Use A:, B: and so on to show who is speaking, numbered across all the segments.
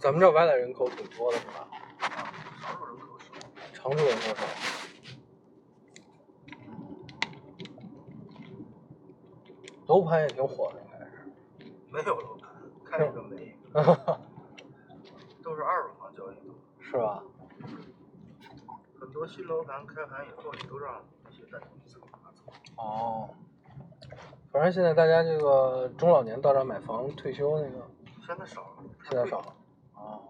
A: 咱们这儿外来人口挺多的是吧？啊
B: 少数人口少。
A: 常住人口少。楼盘也挺火的，应该是。
B: 没有楼盘，看一个没一个，都是二手房交易的。
A: 是吧？
B: 很多新楼盘开盘以后，也都让一些大公司给拿走。
A: 哦。反正现在大家这个中老年到这儿买房退休那个，
B: 现在少了，
A: 现在少了。哦。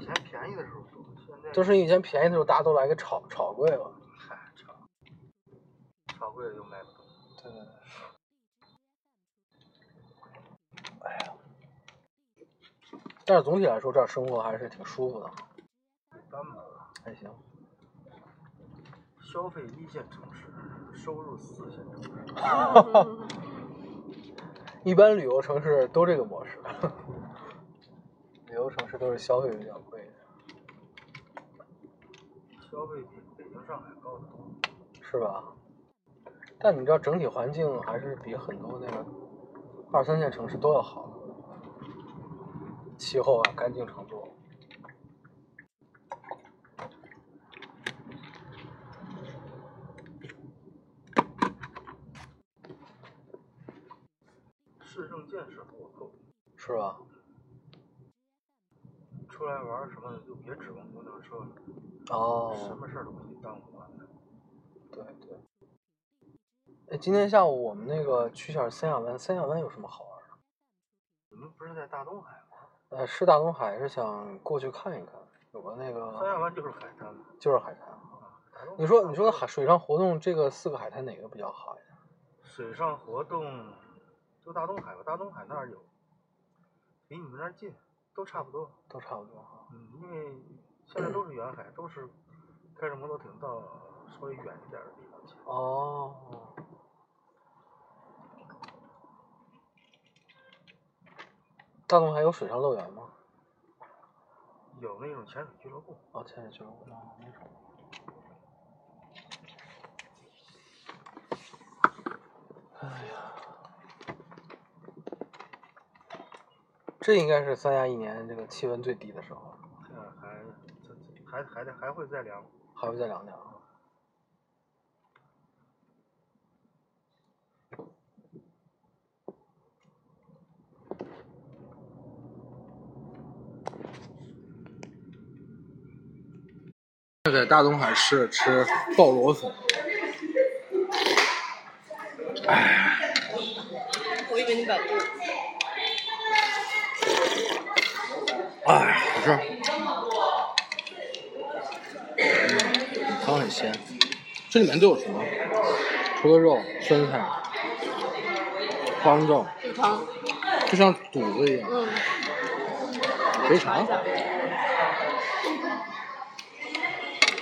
B: 以前便宜的时候多，现在
A: 都是以前便宜的时候，大家都来个炒炒贵了。
B: 嗨，炒炒贵了又卖不动。
A: 对对对。哎呀。但是总体来说，这儿生活还是挺舒服的，
B: 一般吧，
A: 还行。
B: 消费一线城市，收入四线城市。
A: 一般旅游城市都这个模式，旅游城市都是消费比较贵的，
B: 消费比北京、上海高得多。
A: 是吧？但你知道整体环境还是比很多那个二三线城市都要好，气候啊、干净程度。
B: 市政建设不够，
A: 是吧？
B: 出来玩儿什么的就别指望公交车了，
A: 哦
B: 什么事儿都给你耽误完了。
A: 对对。哎，今天下午我们那个去下三亚湾，三亚湾有什么好玩的？
B: 你们不是在大东海吗？
A: 呃，是大东海，是想过去看一看，有个那
B: 三
A: 个
B: 亚湾就是海滩嘛。
A: 就是海滩。
B: 大东
A: 啊
B: 海
A: 你说你说的海水上活动这个四个海滩哪个比较好呀？
B: 水上活动，就大东海吧，大东海那儿有，离你们那儿近，都差不多。
A: 都差不多哈。
B: 嗯，因为现在都是沿海，都是开着摩托艇到稍微远一点的地方去。
A: 哦。大东还有水上乐园吗？
B: 有那种潜水俱乐部，
A: 哦，潜水俱乐部。哦没事哎呀，这应该是三亚一年这个气温最低的时候了，
B: 现在还这这还还得还会再凉。
A: 还会再凉点儿啊。
C: 在大东海市吃爆螺粉，
D: 我以为你把布，
C: 哎，好吃，汤很鲜。这里面都有什么？除了肉、酸菜、花生豆，
D: 是汤，
C: 就像肚子一样，
D: 嗯，
C: 肥肠，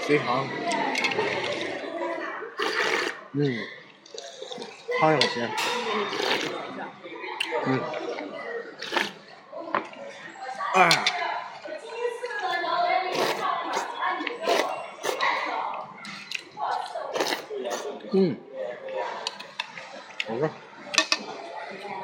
C: 肥肠，嗯，汤也很鲜，嗯，哎，嗯，